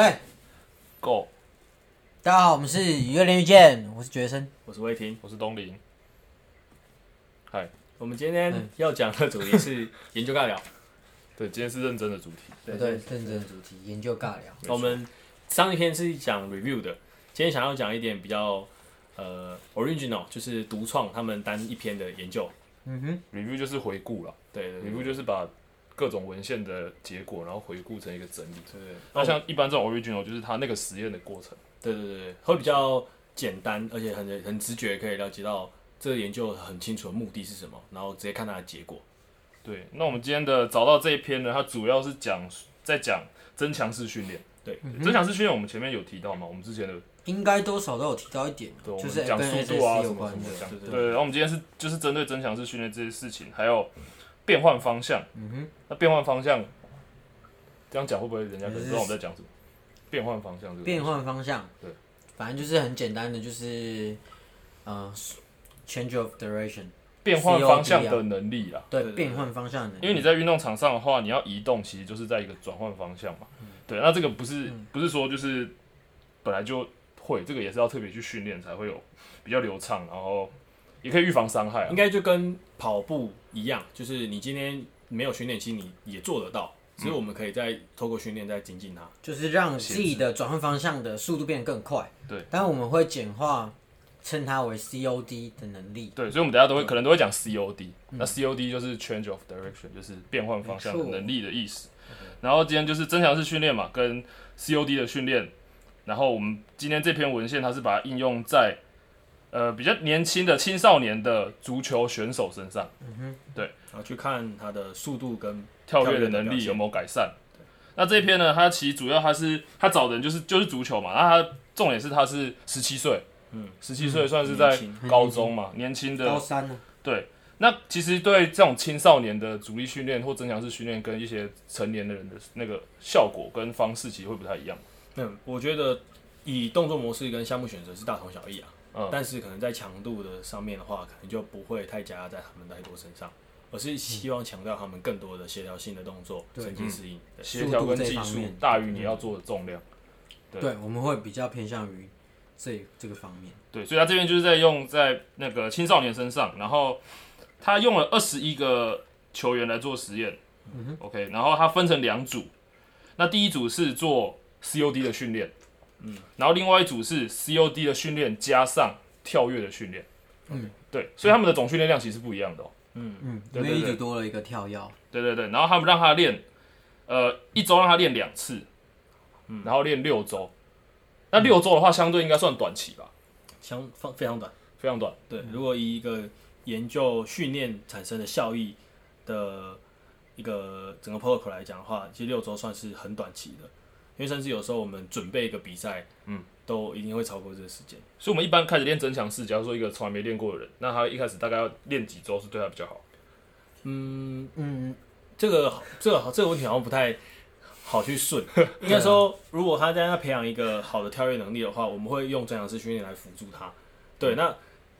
哎， Go，大家好，我们是娱乐连遇见，我是觉生。我是魏婷。我是东林。我们今天要讲的主题是研究尬聊。对，今天是认真的主题。对，认真的主题研究尬聊。我们上一篇是讲 review 的，今天想要讲一点比较呃 original，就是独创他们单一篇的研究。嗯哼， review 就是回顾了对对对，review 就是把各种文献的结果，然后回顾成一个整理。对对，那那像像一般这种 original 就是它那个实验的过程。对对对对，会比较简单，而且很很直觉，可以了解到这个研究很清楚的目的是什么，然后直接看它的结果。对，那我们今天的找到这一篇呢，它主要是讲在讲增强式训练。对增强式训练我们前面有提到嘛？我们之前的应该多少都有提到一点，对，我就们是讲跟速度 SSC 啊什有么关什的么的讲。对对对，然后我们今天是就是针对增强式训练这些事情，还有变换方向。嗯哼，那变换方向这样讲会不会人家可能不知道我们在讲什么？变换方向这个变换方向。对，反正就是很简单的，就是呃，change of direction，变换方向的能力啦。对对，对变换方向的能力。因为你在运动场上的话，你要移动，其实就是在一个转换方向嘛。对，那这个不是不是说就是本来就会，这个也是要特别去训练才会有比较流畅，然后也可以预防伤害啊应。该就跟跑步一样，就是你今天没有训练，其实你也做得到，只嗯是我们可以再透过训练再精进它。就是让自己的转换方向的速度变得更快。对，但我们会简化，称它为 COD 的能力。对，所以我们等一下都会可能都会讲 COD，、那 COD 就是 change of direction，就是变换方向的能力的意思。然后今天就是增强式训练嘛，跟 COD 的训练。然后我们今天这篇文献，它是把它应用在呃比较年轻的青少年的足球选手身上，嗯然后去看它的速度跟跳跃的能力有没有改善。那这篇呢，它其实主要它是它找的人就是就是足球嘛，那它重点是它是十七岁，嗯嗯，十七岁算是嗯在年轻高中嘛，年轻的高三啊呢？对，那其实对这种青少年的主力训练或增强式训练，跟一些成年的人的那个效果跟方式，其实会不太一样。嗯，我觉得以动作模式跟项目选择是大同小异啊，嗯但是可能在强度的上面的话，可能就不会太加压在他们太多身上，而是希望强调他们更多的协调性的动作、嗯对神经适应。对协调跟技速度这术方面大于你要做的重量。对对，我们会比较偏向于这这个方面。对，所以他这边就是在用在那个青少年身上，然后他用了二十一个球员来做实验。OK，然嗯后他分成两组，那第一组是做 COD 的训练，嗯，然后另外一组是 COD 的训练加上跳跃的训练。嗯，对，所以他们的总训练量其实不一样的哦。嗯，对因为对一对直多了一个跳跃。对对对，然后他们让他练，呃，一周让他练两次，然后练六周。那六周的话，相对应该算短期吧，相放非常短。非常短。对，如果以一个研究训练产生的效益的一个整个 protocol 来讲的话，其实六周算是很短期的，因为甚至有时候我们准备一个比赛，嗯，都一定会超过这个时间。所以我们一般开始练增强式，假如说一个从来没练过的人，那他一开始大概要练几周是对他比较好？嗯，嗯，这个这个这个问题好像不太好去顺。应该说，如果他在那培养一个好的跳跃能力的话，我们会用增强式训练来辅助他。对，那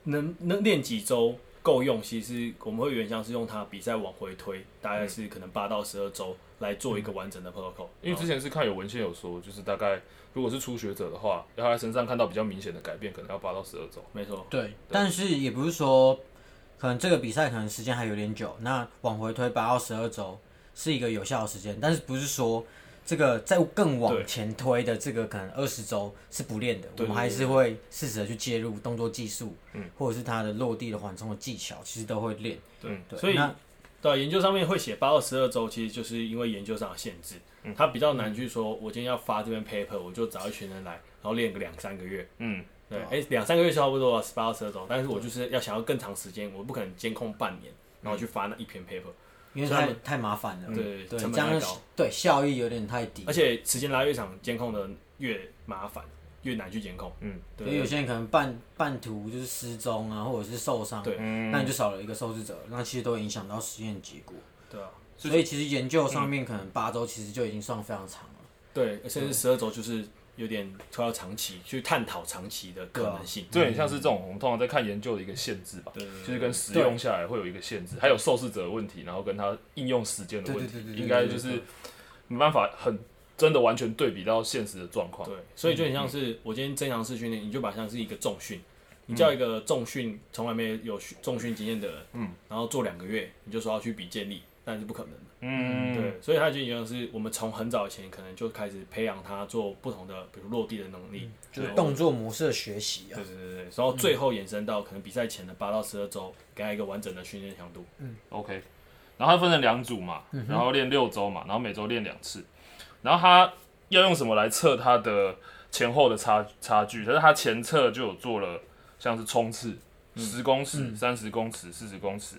能能练几周够用？其实我们会原像是用他比赛往回推，大概是可能八到十二周来做一个完整的 protocol。因为之前是看有文献有说，就是大概如果是初学者的话，要他在身上看到比较明显的改变，可能要八到十二周。哦没错，对，但是也不是说，可能这个比赛可能时间还有点久，那往回推八到十二周是一个有效的时间，但是不是说这个在更往对前推的这个可能二十周是不练的，我对们还是会适时的去介入动作技术，嗯，或者是它的落地的缓冲的技巧，其实都会练。对，对，所以那对，研究上面会写八到十二周，其实就是因为研究上的限制，他比较难去说，我今天要发这篇 paper，我就找一群人来，然后练个两三个月。嗯，对，哎、两三个月差不多了，十八到十二周，但是我就是要想要更长时间，我不可能监控半年，然后去发那一篇 paper，、因为所以他嗯太太麻烦了，对对，成这本太样高对效益有点太低而，且时间拉越长，监控的越麻烦，越难去监控。嗯，所以有对，些人可能半半途就是失踪啊，或者是受伤，对那你就少了一个受试者，那其实都会影响到实验结果。对啊，所以其实研究上面可能八周其实就已经算非常长了。对，甚至十二周就是有点快要长期去探讨长期的可能性。这有点像是这种我们通常在看研究的一个限制吧，嗯对对对就是跟使用下来会有一个限制，还有受试者的问题，然后跟他应用时间的问题对对对对，对应该就是没办法很真的完全对比到现实的状况。对，所以就很像是我今天增强式训练，你就把它像是一个重训，你叫一个重训从来没有训重训经验的人，嗯，然后做两个月，你就说要去比健力，那是不可能的。嗯，对，所以它就像是我们从很早以前可能就开始培养他做不同的，比如落地的能力，嗯就是动作模式的学习啊嗯对。对对对，然后最后延伸到可能比赛前的八到十二周，给他一个完整的训练强度。 OK，然后它分成两组嘛，然后练六周嘛，然后每周练两次，然后它要用什么来测它的前后的差差距？但是它前侧就有做了像是冲刺，十公尺、三十公尺、四十公尺，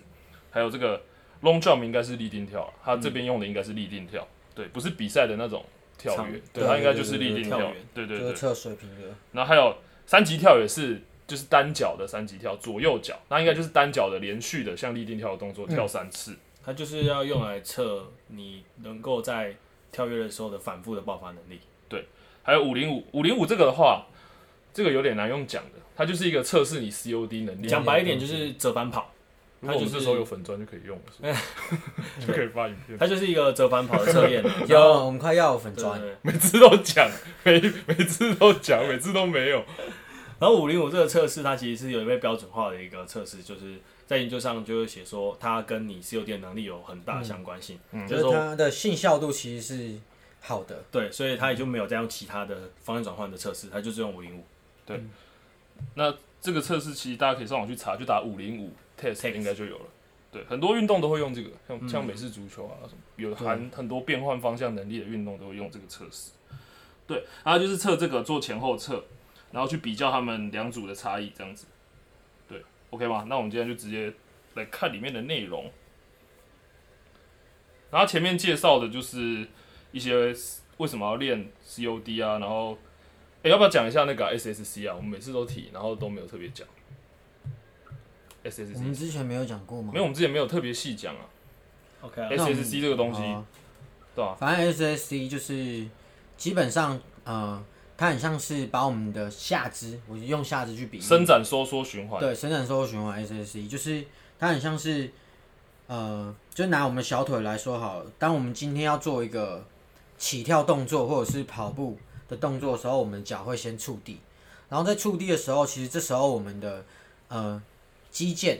还有这个 long jump 应该是立定跳，它这边用的应该是立定跳，对，不是比赛的那种跳长跃，对对，它对应该对就是对立对定跳跳远，对对就对是，测水平的，然后还有三级跳也是，就是单脚的三级跳，左右脚，那应该就是单脚的连续的像立定跳的动作跳三次。它就是要用来测你能够在跳跃的时候的反复的爆发能力。还有五零五五零五这个的话，这个有点难用讲的，它就是一个测试你 COD 能力。讲白一点就是折返跑，如果我们这时候有粉砖就可以用了，是吧 就可以发影片，它就是一个折返跑 的测验。有然后我们快要有粉对砖，对对每次都讲， 每每次都讲，每次都没有。然后五零五这个测试，它其实是有被标准化的一个测试，就是在研究上就会写说它跟你 COD 的能力有很大的相关性。就嗯就是是说它的信效度其实是好的。对，所以它也就没有再用其他的方向转换的测试，它就只用五零五。那这个测试其实大家可以上网去查，就打五零五 test Test 应该就有了。对，很多运动都会用这个，像像美式足球啊什么，有含很多变换方向能力的运动都会用这个测试。对，然后就是测这个做前后测，然后去比较他们两组的差异，这样子。对，OK 吗？那我们今天就直接来看里面的内容。然后前面介绍的就是一些为什么要练 COD 啊，然后哎、要不要讲一下那个啊 SSC 啊？我们每次都提，然后都没有特别讲。我 SSC 们之前没有讲过吗？没有，我们之前没有特别细讲啊。 OK 哎 SSC 这个东西哦对啊吧反正 SSC 就是基本上，呃，它很像是把我们的下肢，我就用下肢去比喻伸展、收缩、循环。对，伸展收缩循环 SSC，就是它很像是，呃，就拿我们小腿来说好了，当我们今天要做一个起跳动作或者是跑步的动作的时候，我们脚会先触地，然后在触地的时候，其实这时候我们的呃肌腱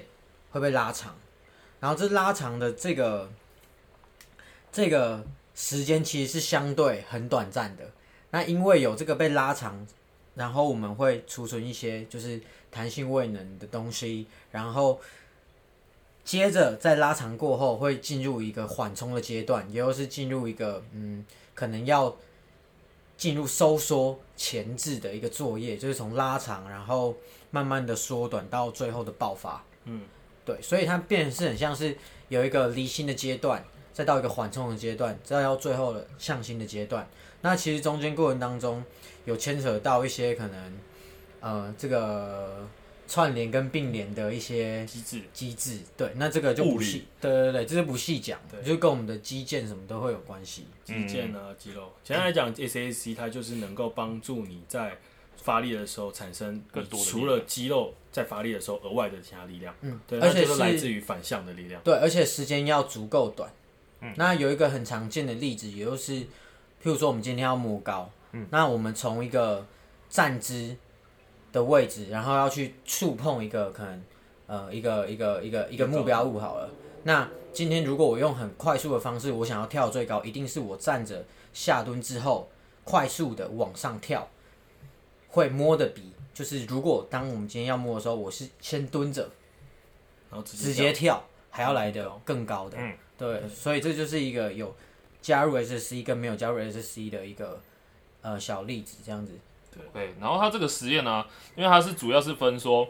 会被拉长，然后这拉长的这个这个时间其实是相对很短暂的。那因为有这个被拉长，然后我们会储存一些就是弹性未能的东西，然后接着在拉长过后会进入一个缓冲的阶段，也就是进入一个嗯，可能要进入收缩前置的一个作业，就是从拉长，然后慢慢的缩短到最后的爆发。嗯，对，所以它变成是很像是有一个离心的阶段，再到一个缓冲的阶段，再到最后的向心的阶段。那其实中间过程当中有牵扯到一些可能呃这个串联跟并联的一些机制。机制，对，那这个就物不理细，对对对，这是不细讲对，就跟我们的肌腱什么都会有关系。嗯肌腱啊、肌肉。简单来讲，SAC 它就是能够帮助你在发力的时候产生更多的力量除了肌肉在发力的时候额外的其他力量。嗯对，而那且就是来是自于反向的力量。对，而且时间要足够短。那有一个很常见的例子，也就是，譬如说我们今天要摸高，那我们从一个站姿的位置，然后要去触碰一个可能呃一个一个一个一个目标物好了。那今天如果我用很快速的方式，我想要跳最高，一定是我站着下蹲之后快速的往上跳，会摸的比就是如果当我们今天要摸的时候，我是先蹲着。然后直接直接跳还要来的更高的，嗯对，所以这就是一个有加入 SC 跟没有加入 SC 的一个呃小例子，这样子，嗯对，然后它这个实验呢、啊因为它是主要是分说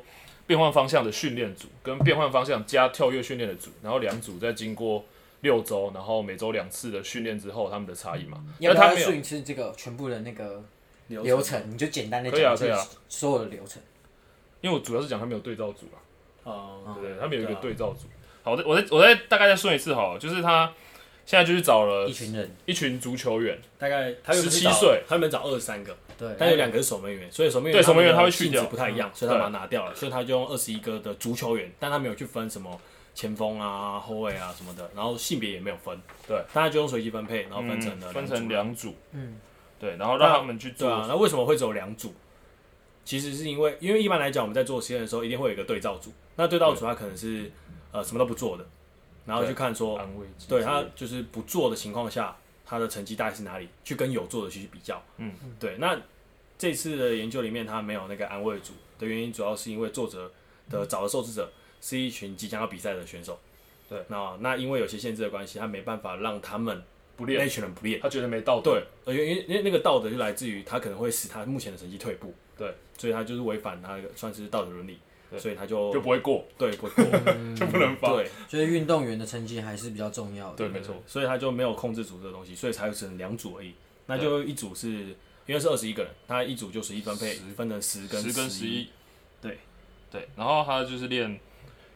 变换方向的训练组跟变换方向加跳跃训练的组，然后两组在经过六周，然后每周两次的训练之后，他们的差异嘛。要那不它要没有顺一次这个全部的那个流流程？你就简单的可以讲啊这可以啊所有的流程，因为我主要是讲他没有对照组啊，哦，对不对？他们有一个对啊对照组。好，我再我再我再大概再说一次好了，就是他现在就是找了一群人，一群足球员，大概他原本是17找岁，他原本找二十三个，对，但有两个是守门员，所以守门员对守门员他他们会的去性质掉嗯不太一样，所以他把它拿掉了，所以他就用二十一个的足球员，但他没有去分什么前锋啊、后卫啊什么的，然后性别也没有分，对，嗯大家就用随机分配，然后哦分成了、分成两组，嗯，对，然后让他们去对啊，做，那为什么会只有两组？其实是因为，因为一般来讲，我们在做实验的时候，一定会有一个对照组。那对照组他可能是呃什么都不做的，然后去看说，安慰剂之类对的，他就是不做的情况下，他的成绩大概是哪里，去跟有做的去比较。嗯，对。那这次的研究里面，他没有那个安慰组的原因，主要是因为作者的找的受试者是一群即将要比赛的选手。对，那那因为有些限制的关系，他没办法让他们不那练，群人不练。他觉得没道德，对，呃，因为因为那个道德就来自于他可能会使他目前的成绩退步，对，所以他就是违反他那个算是道德伦理，对所以他就就不会过，对不 过，就不能发，对就是运动员的成绩还是比较重要的。对，没错，所以他就没有控制组这个东西，所以才有只能两组而已。那就一组是因为是二十一个人，他一组就十一分配，分成十跟十跟十十，一，对对，然后他就是练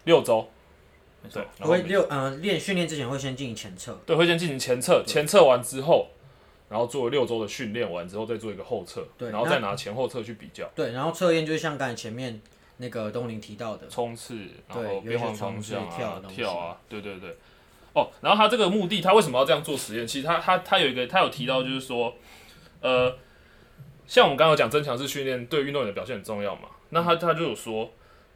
六周，没错对，，然我后会六呃练训练之前会先进行前测，对，会先进行前测，前测完之后，然后做六周的训练完之后，再做一个后测，对然后那再拿前后测去比较对，然后测验就是像刚才前面那个东林提到的，冲刺，然对后变换方向尤其是冲刺跳啊的、东西跳啊，对对对。哦，然后他这个目的，他为什么要这样做实验？其实他他他有一个，他有提到就是说，呃，像我们刚刚有讲增强式训练对运动员的表现很重要嘛，那他他就有说，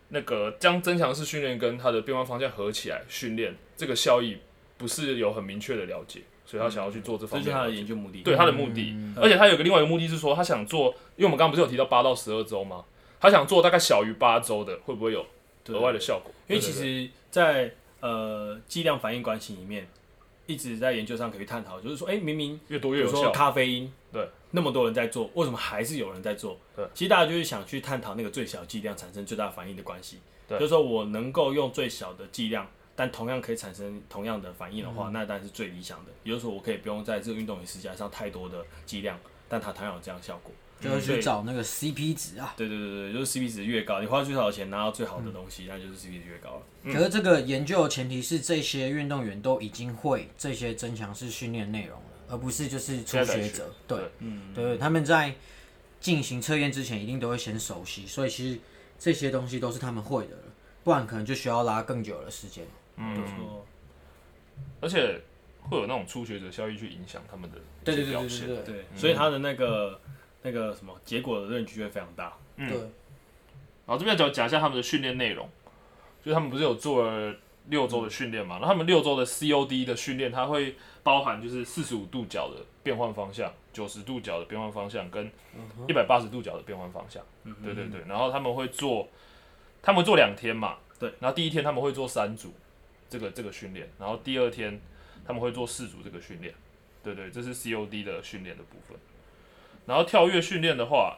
那个将增强式训练跟他的变换方向合起来训练，这个效益不是有很明确的了解，所以他想要去做这这方就面是的他的了嗯解研究目的。对他的目的，而且他有个另外一个目的是说，他想做，因为我们刚刚不是有提到八到十二周吗？他想做大概小于八周的，会不会有嗯对额外的效果？因对为其对对实在，呃剂量反应关系里面，一直在研究上可以去探讨，就是说，哎、明明越多比越如有说效，咖啡因，对，那么多人在做，为什么还是有人在做？对，其实大家就是想去探讨那个最小剂量产生最大反应的关系。对就是说我能够用最小的剂量，但同样可以产生同样的反应的话，嗯那当然是最理想的。也就是说，我可以不用在这个运动饮食加上太多的剂量，但它同样有这样的效果。就会嗯对去找那个 CP 值啊。对对对对，就是 CP 值越高，你花最少的钱拿到最好嗯的东西，那就是 CP 值越高了。可是这个研究的前提是这些运动员都已经会这些增强式训练内容了，而不是就是初现在才学学者。对对，嗯嗯嗯对，他们在进行测验之前一定都会先熟悉，所以其实这些东西都是他们会的了，不然可能就需要拉更久的时间。没错，嗯而且会有那种初学者效益去影响他们的对对对表对现。对对对，所以它的那个那个什么结果的认知就会非常大。对然后嗯这边讲讲一下他们的训练内容，就是他们不是有做了六周的训练嘛？然后他们六周的 COD 的训练，它会包含就是四十五度角的变换方向、九十度角的变换方向跟嗯一百八十度角的变换方向。对对对，然后他们会做，他们做两天嘛？嗯对。然后第一天他们会做三组这个这个训练，然后第二天他们会做四组这个训练。对对，这是 COD 的训练的部分。然后跳跃训练的话，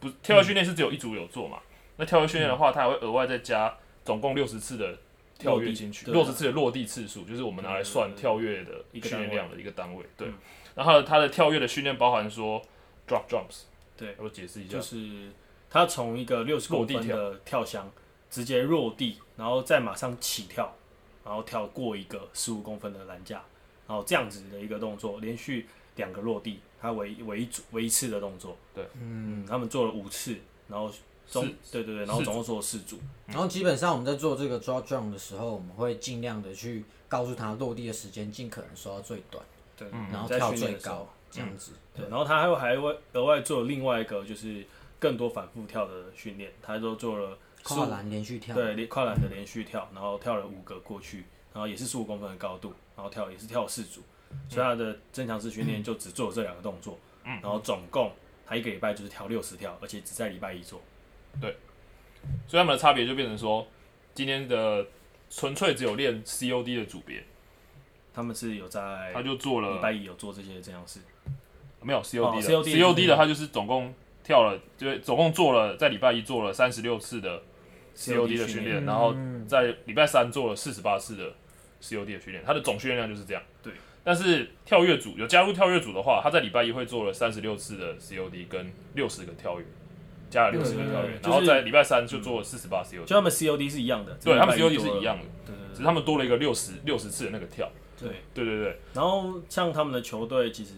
不跳跃训练是只有一组有做嘛？那跳跃训练的话，它还会额外再加总共六十次的跳跃进去，落地六对啊十次的落地次数，就是我们拿来算跳跃的一个训单位嗯练量的一个单位。对，然后它的跳跃的训练包含说 drop jumps，对，我解释一下就，是他从一个六十公落地分的跳箱直接落地，然后再马上起跳，然后跳过一个十五公分的栏架，然后这样子的一个动作，连续两个落地，他为为一组为一次的动作。对，嗯，他们做了五次，然后总四对对对，然后总共做了四组。然后基本上我们在做这个 draw jump 的时候，我们会尽量的去告诉他落地的时间尽可能缩到最短，对，嗯然后嗯在跳训练最的时候嗯高，这样子。对，然后他还会还会额外做另外一个就是更多反复跳的训练，他都做了跨栏连续跳，对，连跨栏的连续跳，然后跳了五个过去，然后也是十五公分的高度，然后跳也是跳四组，所以他的增强式训练就只做这两个动作，嗯然后总共他一个礼拜就是跳六十跳，而且只在礼拜一做，所以他们的差别就变成说，今天的纯粹只有练 COD 的组别，他们是有在他就做礼了哎拜一有做这些增强式，没有 COD 的、哦 COD 的 COD 的，他就是总共跳了，就是总共做了在礼拜一做了三十六次的 COD 的训练，然后嗯在礼拜三做了四十八次的 COD 的训练，它的总训练量就是这样。对，但是跳跃组有加入跳跃组的话，他在礼拜一会做了三十六次的 COD 跟六十个跳跃，加了六十个跳对跃对，对然后就是在礼拜三就做了四十八 COD，就他们 COD 是一样的，只对他们礼拜多 COD 是了一样，的，对对只对是他们多了一个六十六十次的那个跳。对。对对对，然后像他们的球队其实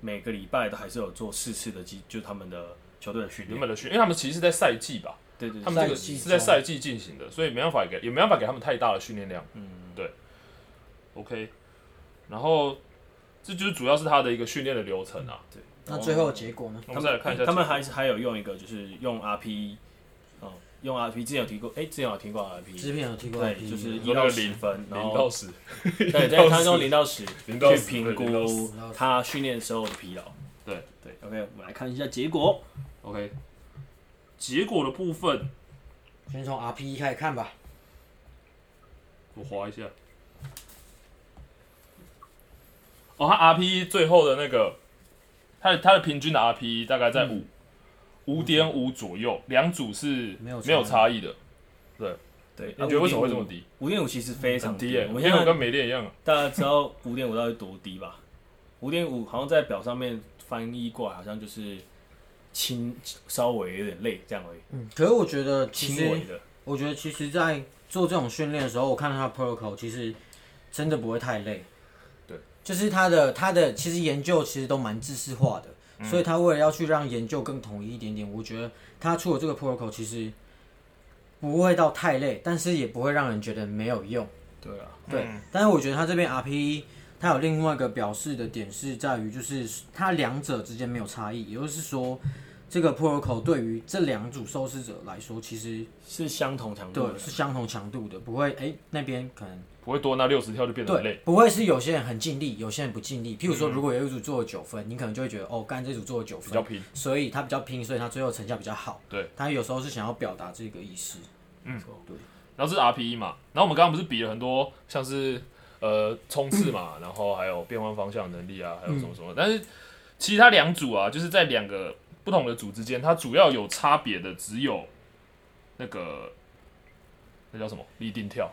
每个礼拜都还是有做四次的机，就是他们的球队的训原练，本的训，因为他们其实是在赛季吧，对对，他们这赛个季是在中赛季进行的，所以没办法给，也没办法给他们太大的训练量。嗯，对。OK，然后这就是主要是他的一个训练的流程啊。那最后的结果呢？我们再来看一下他们结果还是还有用一个，就是用 RP，哦，用 RP 之前有提过，哎、之前有提过 RP，制片有提过对，就是 IP 一到十分，然零后到十，对，零到对，十他用零到十零到去十评对零到十估他训练时候的疲劳。对对，OK，我们来看一下结果。 OK。结果的部分，先从 RP 开始看吧。我划一下。哦，他 RPE 最后的那个，他的他的平均的 RPE 大概在五五点五左右，两组是没有差没有差异的。对，你觉得为什么会这么低？五点五其实非常很低低，耶，我们因现为我在跟没练一样啊。大家知道五点五到底多低吧？五点五好像在表上面翻译过来，好像就是轻，稍微有点累这样而已，嗯，可是我觉得其轻微实，的。我觉得其实，在做这种训练的时候，我看到他的 protocol 其实真的不会太累。对，就是他的他的其实研究其实都蛮知识化的，嗯所以他为了要去让研究更统一一点点，我觉得他出了这个 protocol 其实不会到太累，但是也不会让人觉得没有用。对啊，对，嗯但是我觉得他这边 RPE 它有另外一个表示的点是在于，就是它两者之间没有差异，也就是说，这个 protocol 对于这两组受试者来说，其实是相同强度嗯的对。是相同强度的，不会诶那边可能不会多那六十跳就变得很累。嗯对不会是有些人很尽力，有些人不尽力。譬如说，如果有一组做了九分，你可能就会觉得哦，干这组做了九比较分，拼，所以他比较拼，所以他最后成效比较好。对，他有时候是想要表达这个意思。嗯然后这是 RPE 嘛，然后我们刚刚不是比了很多，像是呃冲刺嘛，然后还有变换方向能力啊，还有什么什嗯么，但是其他两组啊，就是在两个不同的组之间，它主要有差别的只有那个那叫什么立定跳，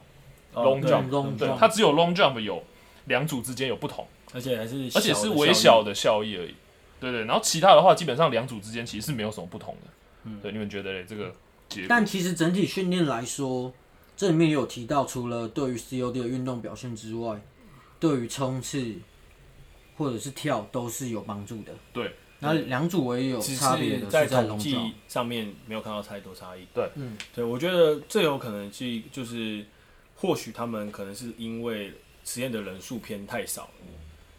哦 Long 对 jump， long 对 jump，它只有 long jump 有两组之间有不同，而且还是而且是的微效小的效益而已，对对，然后其他的话基本上两组之间其实是没有什么不同的，嗯对，你们觉得嘞这个结果？但其实整体训练来说，这里面也有提到，除了对于 COD 的运动表现之外，对于冲刺或者是跳都是有帮助的。对，那两组我也有只差别是的在是在统笼罩，计上面没有看到太多差异。对，嗯，对，我觉得最有可能是就是，或许他们可能是因为实验的人数偏太少了，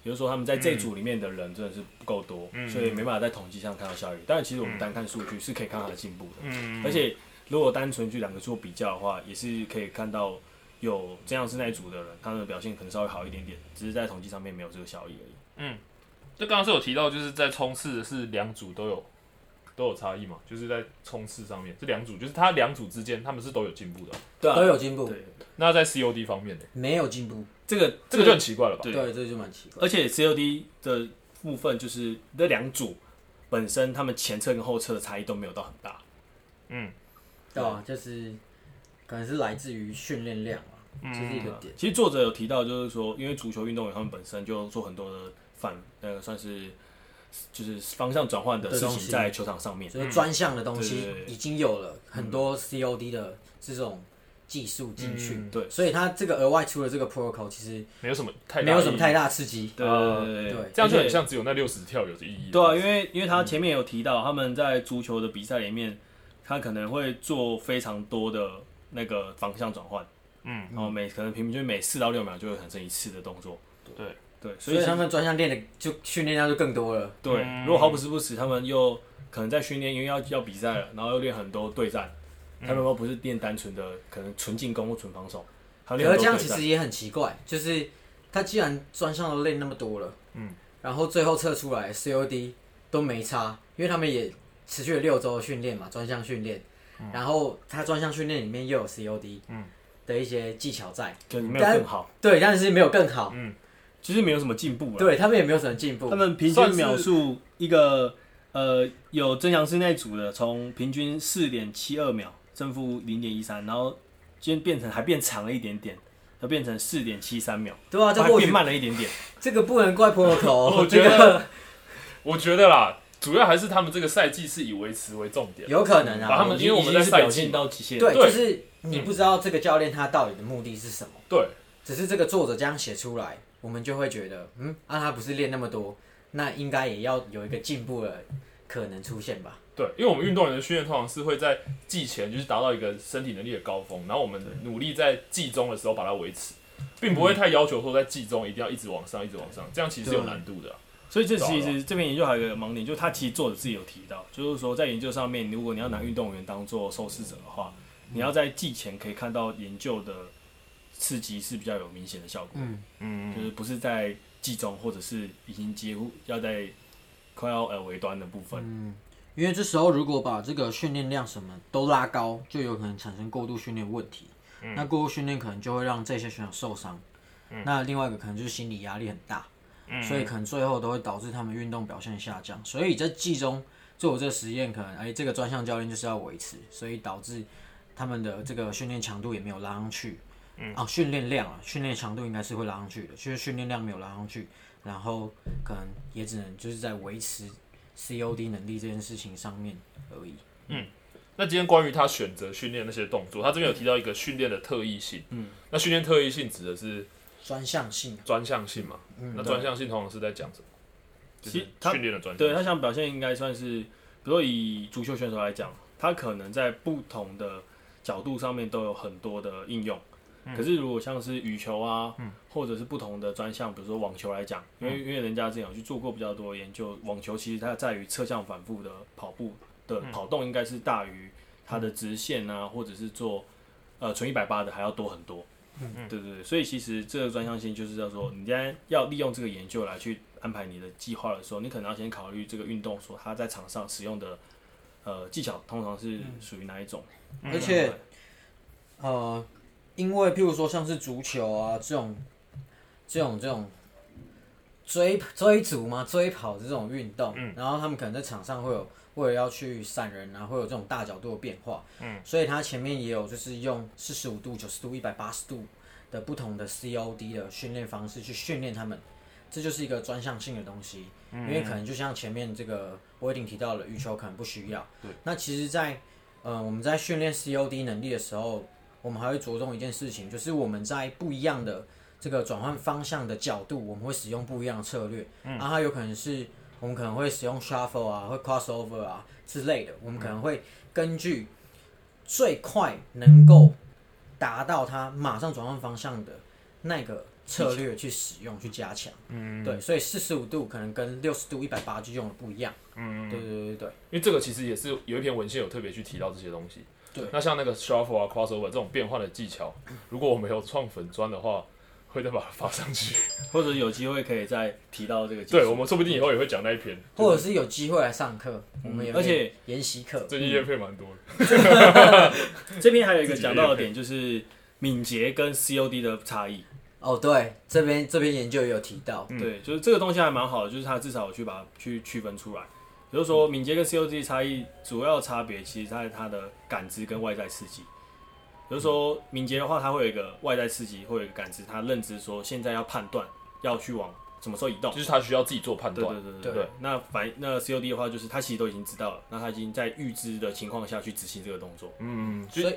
比如说他们在嗯这组里面的人真的是不够多，所以没办法在统计上看到效益。但其实我们单看数据是可以看到它的进步的，嗯而且如果单纯去两个做比较的话，也是可以看到有这样是那一组的人，他们的表现可能稍微好一点点，只是在统计上面没有这个效益而已。就刚刚是有提到，就是在冲刺是两组都有都有差异嘛，就是在冲刺上面，这两组就是它两组之间他们是都有进步的。对啊，都有进步，对，那在 COD 方面呢，没有进步，这个这个就很奇怪了吧？对对，这就蛮奇怪。而且 COD 的部分就是那两组本身他们前侧跟后侧的差异都没有到很大，嗯，对啊，就是可能是来自于训练量啊，这是一个点。其实作者有提到，就是说，因为足球运动员他们本身就做很多的反，呃，算是就是方向转换的事的东情西在球场上面。所以专项的东嗯对西对嗯对已经有了很多 COD 的这种技术进去，嗯对所以他这个额外出了这个 protocol，其实没有什么太大没有什么意义太大刺激。对啊对哦对对这样就很像只有那六十跳有意义。对啊，因为因为他前面有提到，他们在足球的比赛里面，他可能会做非常多的那个方向转换，嗯，然后每可能平均每四到六秒就会产生一次的动作。对对，所所以以他们专项练的就训练量就更多了。对，嗯如果毫不时不时，他们又可能在训练，因为要要比赛了，然后又练很多对战，他们又不是练单纯的可能纯进攻或纯防守，还有练可很是多这样对其战实。也很奇怪，就是他既然专项都练那么多了，嗯，然后最后测出来 COD 都没差，因为他们也持续了六周的训练嘛，专项训练，嗯然后他专项训练里面又有 COD，嗯的一些技巧在，就没有更好，对，但是没有更好，其实没有什么进步了。对他们也没有什么进步他，们平算均是秒数一个呃有曾祥师那组的，从平均四点七二秒正负零点一三，然后今天变成还变长了一点点，要变成四点七三秒，对啊，这还或变许慢了一点点。这个不能怪 protocol，我哦这觉个得我觉得啦，主要还是他们这个赛季是以维持为重点。有可能把他啊，们已经因为我们已经在是赛表季现到极限，对，就对是你不知道这个教练他到底的目的是什么。对，只是这个作者这样写出来，我们就会觉得，嗯，啊，他不是练那么多，那应该也要有一个进步的可能出现吧？对，因为我们运动员的训练通常是会在季前就是达到一个身体能力的高峰，然后我们努力在季中的时候把它维持，并嗯不会太要求说在季中一定要一直往上，一直往上，这样其实是有难度的啊、所以这其实这边研究还有一个盲点，就是他其实作者自己有提到，就是说在研究上面，如果你要拿运动员当做受试者的话，你要在季前可以看到研究的刺激是比较有明显的效果，嗯，嗯就是不是在季中或者是已经几乎要在快要呃尾端的部分。因为这时候如果把这个训练量什么都拉高，就有可能产生过度训练问题。那过度训练可能就会让这些选手受伤。那另外一个可能就是心理压力很大，所以可能最后都会导致他们运动表现下降。所以在季中做这个实验，可能哎这个专项教练就是要维持，所以导致他们的这个训练强度也没有拉上去。啊，训练量啊，训练强度应该是会拉上去的，就是训练量没有拉上去，然后可能也只能就是在维持 COD 能力这件事情上面而已。那今天关于他选择训练那些动作，他这边有提到一个训练的特异性。嗯，那训练特异性指的是专项性专项性嘛？那专项性通常是在讲什么？就嗯其是实他训练的专项。对他想表现应该算是，比如说以足球选手来讲，他可能在不同的角度上面都有很多的应用。可是如果像是羽球啊，或者是不同的专项，比如说网球来讲，因为因为人家之前有去做过比较多研究，网球其实它在于侧向反复的跑步的跑动应该是大于它的直线啊，或者是做呃纯一百八的还要多很多。嗯对对对，所以其实这个专项性就是叫做，你今天要利用这个研究来去安排你的计划的时候，你可能要先考虑这个运动所它在场上使用的呃技巧，通常嗯是属于哪一种，而且呃，因为譬如说像是足球啊这种、这种、这种追追逐嘛、追跑的这种运动，然后他们可能在场上会有为了要去闪人啊，会有这种大角度的变化，嗯，所以他前面也有就是用四十五度、九十度、一百八十度的不同的 COD 的训练方式去训练他们。这就是一个专项性的东西，因为可能就像前面这个我已经提到了，羽球可能不需要。那其实在，呃我们在训练 COD 能力的时候，我们还会着重一件事情，就是我们在不一样的这个转换方向的角度，我们会使用不一样的策略。嗯，啊，它有可能是我们可能会使用 shuffle 啊，会 crossover 啊之类的，我们可能会根据最快能够达到它马上转换方向的那个策略去使用去加强。嗯，对，所以四十五度可能跟六十度、一百八就用的不一样。嗯，对对对对对。因为这个其实也是有一篇文献有特别去提到这些东西。对，那像那个 shuffle 啊、crossover 这种变换的技巧，如果我们有创粉砖的话，会再把它发上去。或者有机会可以再提到这个技对，术。我们说不定以后也会讲那一篇。或者是有机会来上课，我们也嗯而且研习课，最近叶配蛮多的。这边还有一个讲到的点就是敏捷跟 COD 的差异。哦，对，这边这边研究也有提到，嗯对，就是这个东西还蛮好的，就是它至少有去把它去区分出来。也就嗯是说，敏捷跟 COD 差异主要差别，其实它在它的感知跟外在刺激。比如说敏捷的话，它会有一个外在刺激，会有一个感知，它认知说现在要判断要去往什么时候移动。就是他需要自己做判嗯对断。对对对对对。那反那 COD 的话，就是它其实都已经知道了，那它已经在预知的情况下去执行这个动作。嗯，就所以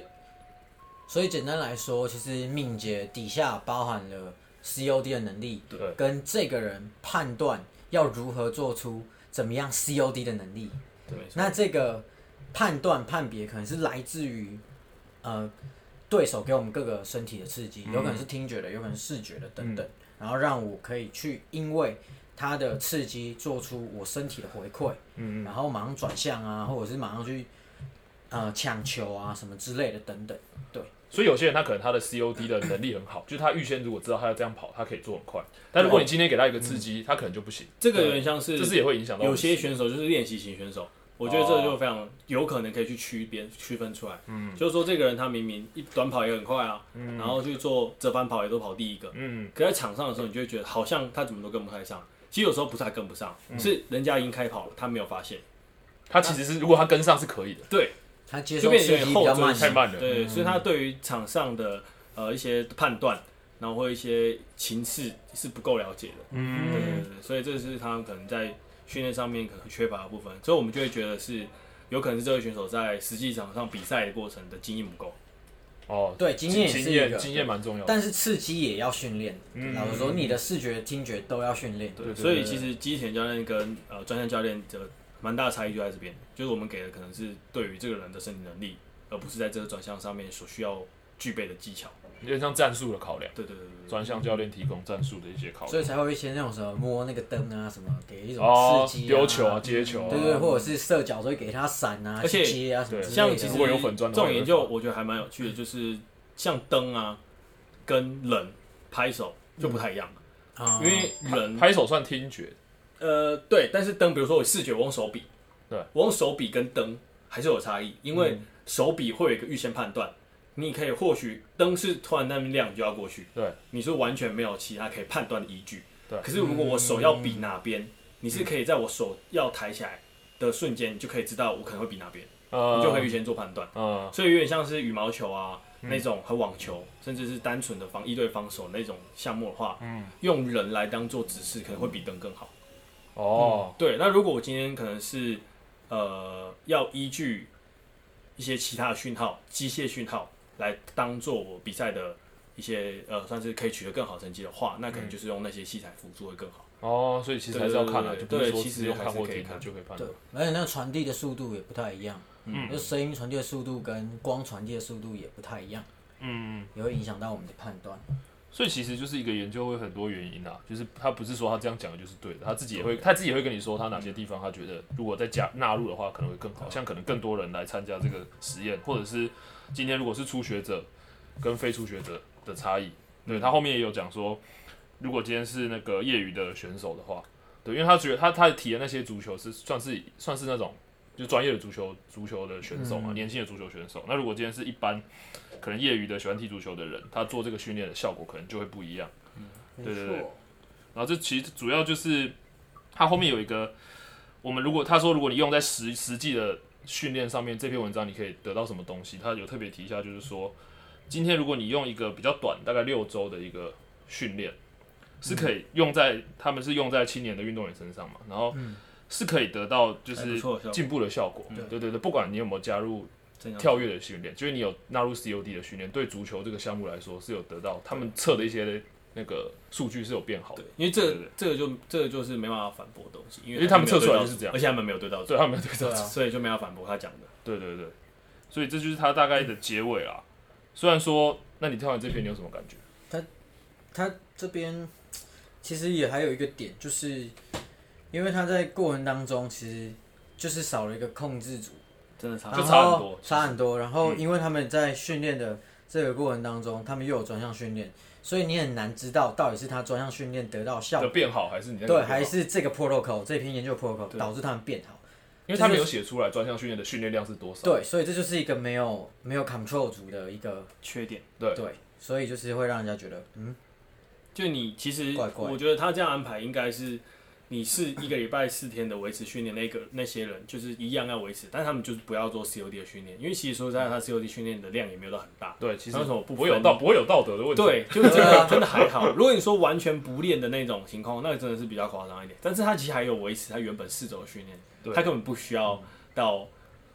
所以简单来说，其实敏捷底下包含了 COD 的能力，对，跟这个人判断要如何做出怎么样 COD 的能力。对，那这个判断判别可能是来自于呃对手给我们各个身体的刺激，有可能是听觉的，有可能是视觉的等等，然后让我可以去因为它的刺激做出我身体的回馈，嗯，然后马上转向啊，或者是马上去呃抢球啊什么之类的等等，对，所以有些人他可能他的 COD 的能力很好，就是他预先如果知道他要这样跑，他可以做很快。但如果你今天给他一个刺激，他可能就不行。这个有点像是这是也会影响到有些选手就是练习型选手，我觉得这就非常有可能可以去区别区分出来。嗯，就是说这个人他明明一短跑也很快啊，然后去做折返跑也都跑第一个，嗯，可在场上的时候你就会觉得好像他怎么都跟不太上。其实有时候不是他跟不上，是人家已经开跑了，他没有发现。他其实是如果他跟上是可以的。对，他接就受变刺得有激点比后较追，慢，太慢了对，嗯所以他对于场上的呃一些判断，然后或一些情势是不够了解的。对对嗯，对对，所以这是他们可能在训练上面可能缺乏的部分，所以我们就会觉得是有可能是这位选手在实际场上比赛的过程的经验不够。哦，对经验也是经一验个经验蛮重要的。但是刺激也要训练，老实说，你的视觉、听觉都要训练，嗯对，对所以对其实基田教练跟呃专项教练的蛮大的差异就在这边，就是我们给的可能是对于这个人的身体能力，而不是在这个转向上面所需要具备的技巧。有点像战术的考量，对对对对专项教练提供战术的一些考所量。以才会有一些那种什么摸那个灯啊，什么给一种哦刺激、，啊，丢球嗯啊，接球啊，对对，或者是射脚，所以给他闪啊，而且去接啊什么之类对的。像其实如果有粉砖的这话种研究，我觉得还蛮有趣的，就是像灯啊，跟人拍手就不太一样，啊，因为拍人拍手算听觉，呃对，但是灯，比如说我视觉，我用手比，对，嗯我用手比跟灯还是有差异，因为手比会有一个预先判断，你可以或许灯是突然那么亮，你就要过去，对，你是完全没有其他可以判断的依据，对嗯可是如果我手要比哪边，你是可以在我手要抬起来的瞬间，你就可以知道我可能会比哪边，呃，你就可以预先嗯做判断。呃，所以有点像是羽毛球啊嗯那种和网球，甚至是单纯的防一对防守那种项目的话，嗯，用人来当做指示可能会比灯更好。哦，对，那如果我今天可能是呃要依据一些其他的讯号、机械讯号来当做我比赛的一些呃算是可以取得更好成绩的话，那可嗯能就是用那些器材辅助会更好。哦，所以其实还是要看的，对就对对不是对说其实只用看还是或可以听的看就可以判对断。，而且那个传递的速度也不太一样，嗯就声音传递的速度跟光传递的速度也不太一样，嗯，也会影响到我们的判断。所以其实就是一个研究会有很多原因啊，就是他不是说他这样讲的就是对的，他自己也会他自己也会跟你说他哪些地方他觉得如果再加纳入的话可能会更好，像可能更多人来参加这个实验，或者是今天如果是初学者跟非初学者的差异，对他后面也有讲说，如果今天是那个业余的选手的话，对，因为他觉得他他提的那些足球是算是算是那种就专业的足球足球的选手嘛，年轻的足球选手，那如果今天是一般。可能业余的喜欢踢足球的人，他做这个训练的效果可能就会不一样。对对对，然后这其实主要就是他后面有一个，我们如果他说如果你用在实实际的训练上面，这篇文章你可以得到什么东西？他有特别提一下，就是说今天如果你用一个比较短，大概六周的一个训练，是可嗯以用在、他们是用在青年的运动员身上嘛，然后是可以得到就嗯还不是错的效果进步的效果。对对对，不管你有没有加入这样跳跃的训练，就是你有纳入 COD 的训练，对足球这个项目来说是有得到他们测的一些那个数据是有变好的对，，因为这对个对对这个就这个就是没办法反驳的东西，因为因为他们没有测出来对到就是这样而且他们没有对到准，对他们有对照对啊，所以就没办法反驳他讲的。对对对，所以这就是他大概的结尾啦。虽然说，那你跳完这篇你有什么感觉？他这边其实也还有一个点，就是因为他在过程当中其实就是少了一个控制组，真的差就然差很后多嗯差很多。然后因为他们在训练的这个过程当中，他们又有专项训练，所以你很难知道到底是他专项训练得到效有果，变好还是你那个对，变好还是这个 protocol 这篇研究 protocol 导致他们变好。因为他们有写出来专项训练的训练量是多少？对，所以这就是一个没有没有 control 组的一个缺点，对对，所以就是会让人家觉得嗯，就你其实怪怪我觉得他这样安排应该是。你是一个礼拜四天的维持训练，那个那些人就是一样要维持，但他们就是不要做 COD 的训练，因为其实说实在，他 COD 训练的量也没有到很大，对，其实那为什么不不会有分道不会有道德的问题？对，就是这个真的还好。 如果你说完全不练的那种情况，那个真的是比较夸张一点。但是他其实还有维持他原本四周的训练对，他根本不需要到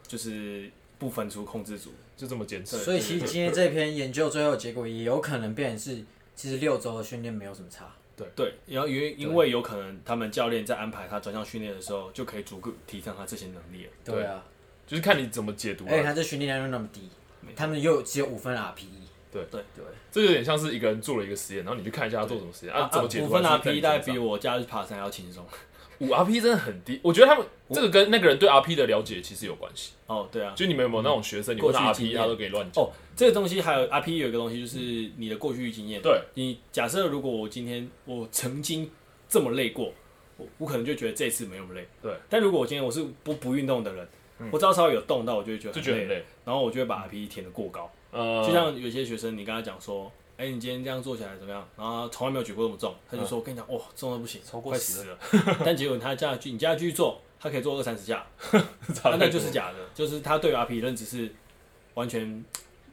就是不分出控制组。就这么坚持。所以其实今天这篇研究最后的结果也有可能变成是，其实六周的训练没有什么差。对，然后因为因为有可能他们教练在安排他专项训练的时候，就可以足够提升他这些能力了。对对啊，就是看你怎么解读而且了。哎他这训练量又那么低，他们又只有五分 E RPE。对对对，这有点像是一个人做了一个实验，然后你去看一下他做什么实验，啊，怎么解读五还分是在你身 RP 大概上比我假日爬山还要轻松。五 RP 真的很低，我觉得他们这个跟那个人对 RP 的了解其实有关系。哦，对啊，就你们有没有那种学生，你问过去他经 RP 验他都给你乱讲？哦，这个东西还有 RP 有一个东西，就是你的过去经验。对，你假设如果我今天我曾经这么累过，我我可能就觉得这次没那么累。对，嗯但如果我今天我是不不运动的人，我只要稍微有动到，我就会觉得就觉得很累，累。然后我就会把 RP 填得过高。呃，就像有些学生，你跟他讲说。哎、你今天这样做起来怎么样？然后他从来没有举过那么重，他就说：“我跟你讲，哇，重到不行，嗯超过快十死了。” 但结果他这样去，你这样继续做，他可以做二三十下，差太那那多就是假的，就是他对 RP 认知是完全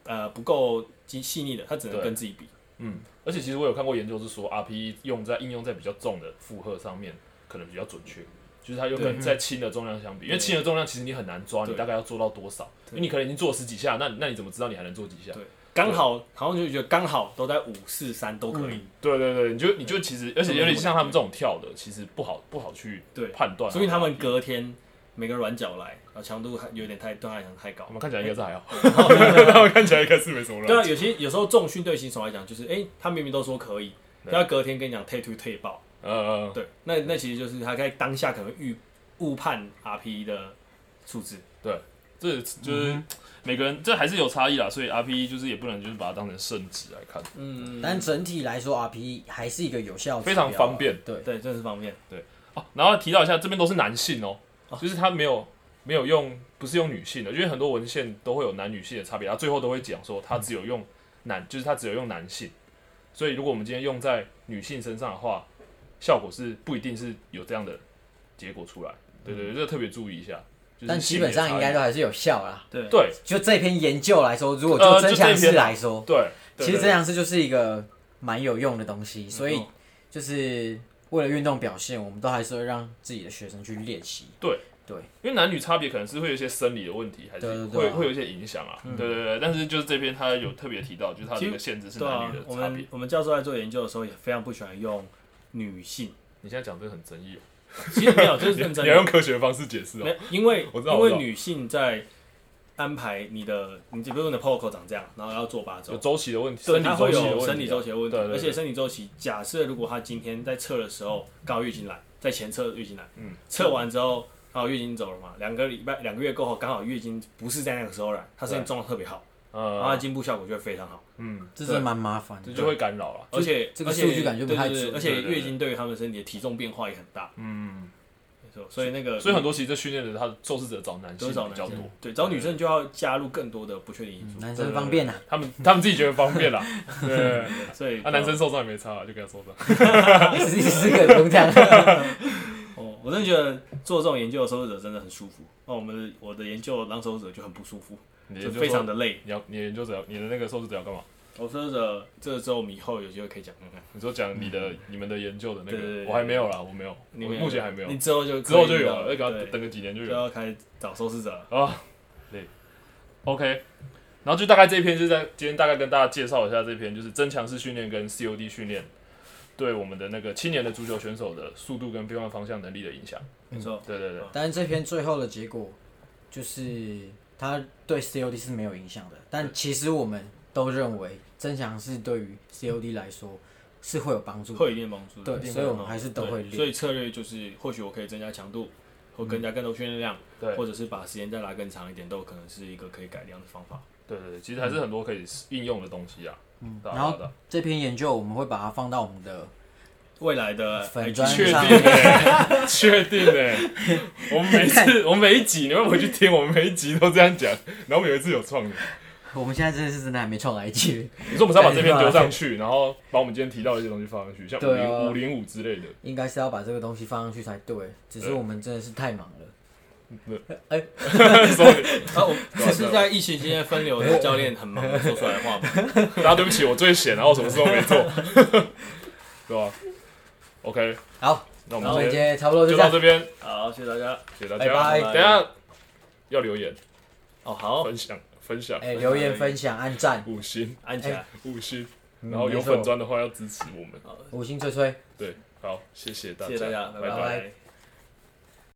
呃不够精细腻的，他只能对跟自己比。 嗯，而且其实我有看过研究是说，RP 用在应用在比较重的负荷上面，可能比较准确。就是它有可能在轻的重量相比，因为轻的重量其实你很难抓，你对大概要做到多少？因为你可能已经做了十几下，那那你怎么知道你还能做几下？对，刚好好像就觉得刚好都在五四三都可以，对对对，你就你就其实，而且有点像他们这种跳的，其实不好不好去对判断。所以他们隔天每个软脚来，然后强度还有点太对他来讲太高我。们看起来应该是还好， 啊我们看起来应该是没什么对乱。啊，有些有时候重训对新手来讲，就是哎、诶他明明都说可以，对但他隔天跟你讲退退退爆，呃，对，那那其实就是他在当下可能预误判 RP 的数字。这嗯就是每个人这还是有差异啦，所以 RPE 就是也不能就是把它当成圣旨来看。嗯，但整体来说，RP 还是一个有效指标啊，非常方便对，对，这是方面。哦，然后提到一下，这边都是男性哦，哦就是他没有没有用，不是用女性的，因为很多文献都会有男女性的差别，他最后都会讲说他只有用嗯男，就是他只有用男性，所以如果我们今天用在女性身上的话，效果是不一定是有这样的结果出来。对对对，这个特别注意一下。就嗯是、但基本上应该都。还是有效啦。对，对就这篇研究来说，如果呃就就真相这篇式啊来说，对，对其实对真相式就是一个蛮有用的东西，所以错就是为了运动表现，我们都还是会让自己的学生去练习。因为男女差别可能是会有一些生理的问题，还是对对对会啊会有一些影响嗯啊。对对对，但是就是这边他有特别提到，就是他这个限制是对男啊女的，我差别们。我们教授在做研究的时候也非常不喜欢用女性，你现在讲这个很争议哦，其实没有，就是认真 你要用科学的方式解释没哦。有，因为我知道因我知为道女性在安排你的，你比如说你的 POCO 长这样，然后要做八周有，周期的问题，对，生理它会周期的问有题啊，生理周期的问题，对对对而且生理周期，假设如果她今天在测的时候刚好月经来，在前测月经来，嗯，测完之后刚好月经走了嘛，两个礼拜两个月过后刚好月经不是在那个时候来，她身体状况特别好，然后她呃，进步效果就会非常好，嗯，这真的蛮麻烦这的。就会干扰了。而且这个而且数据感觉不对太对对准而且对对对月经对于他们身体的体重变化也很大，嗯，没错，所以那个所以很多其实这训练的他受试者找男性都是比找男较生多，，对，找女生就要加入更多的不确定因素。男生方便啊，他们他们自己觉得方便 啦。对，所以啊，男生受伤也没差啊，就给他受伤。是是个不用这样。哦，我真的觉得做这种研究的受试者真的很舒服。那我们的我的研究让受试者就很不舒服，你就研究非常的，的累。你要你的研究者要，你的那个受试者要干嘛？我受试者这个之后，我们以后有机会可以讲看看。你说讲你的你们的研究的那嗯对对个对，我还没有啦，我没有，你我们目前还没有你，之后就之后就有了，那那个个要等个几年就就有了要开始找受试者了。啊。对，OK。然后就大概这一篇就是在今天大概跟大家介绍一下这篇就是增强式训练跟 COD 训练对我们的那个青年的足球选手的速度跟变换方向能力的影响。没错，对对对，但是这篇最后的结果就是它对 COD 是没有影响的，但其实我们都认为增强是对于 COD 来说是会有帮助的。会有一定帮助的。嗯对一定所以会我们还是都会对练嗯所以策略就是，或许我可以增加强度，或更加更多训练量，对或者是把时间再拉更长一点，都有可能是一个可以改良的方法。对对对，其实还是很多可以应用的东西啊。嗯，然后这篇研究我们会把它放到我们的 未来的粉 IG 专确定 上欸确定欸我们每次我们每一集你们回去听，我们每一集都这样讲，然后有一次有创意。我们现在真的是真的还没创来去，你说我们是要把这篇丢上去，然后把我们今天提到的一些东西放上去，像五对啊零五零五之类的。 应该是要把这个东西放上去才对。只是对我们真的是太忙了， Sorry，啊，我 只是在疫情期间分流 的教练很忙地说出来的话吧。大家对不起，我最闲，然后什么事都没做，对吧、o k 好，那我然后们今今天天差不多就就这到样这。边，好，谢谢大家。谢谢大拜家。拜等一下要留言、哦，好，分享、分享、哎，留言分享、按赞，五星、按起来。五星，嗯然后有没错粉砖的话要支持我们。五星吹吹。对，好，谢谢大家，哎谢谢大家，拜拜拜拜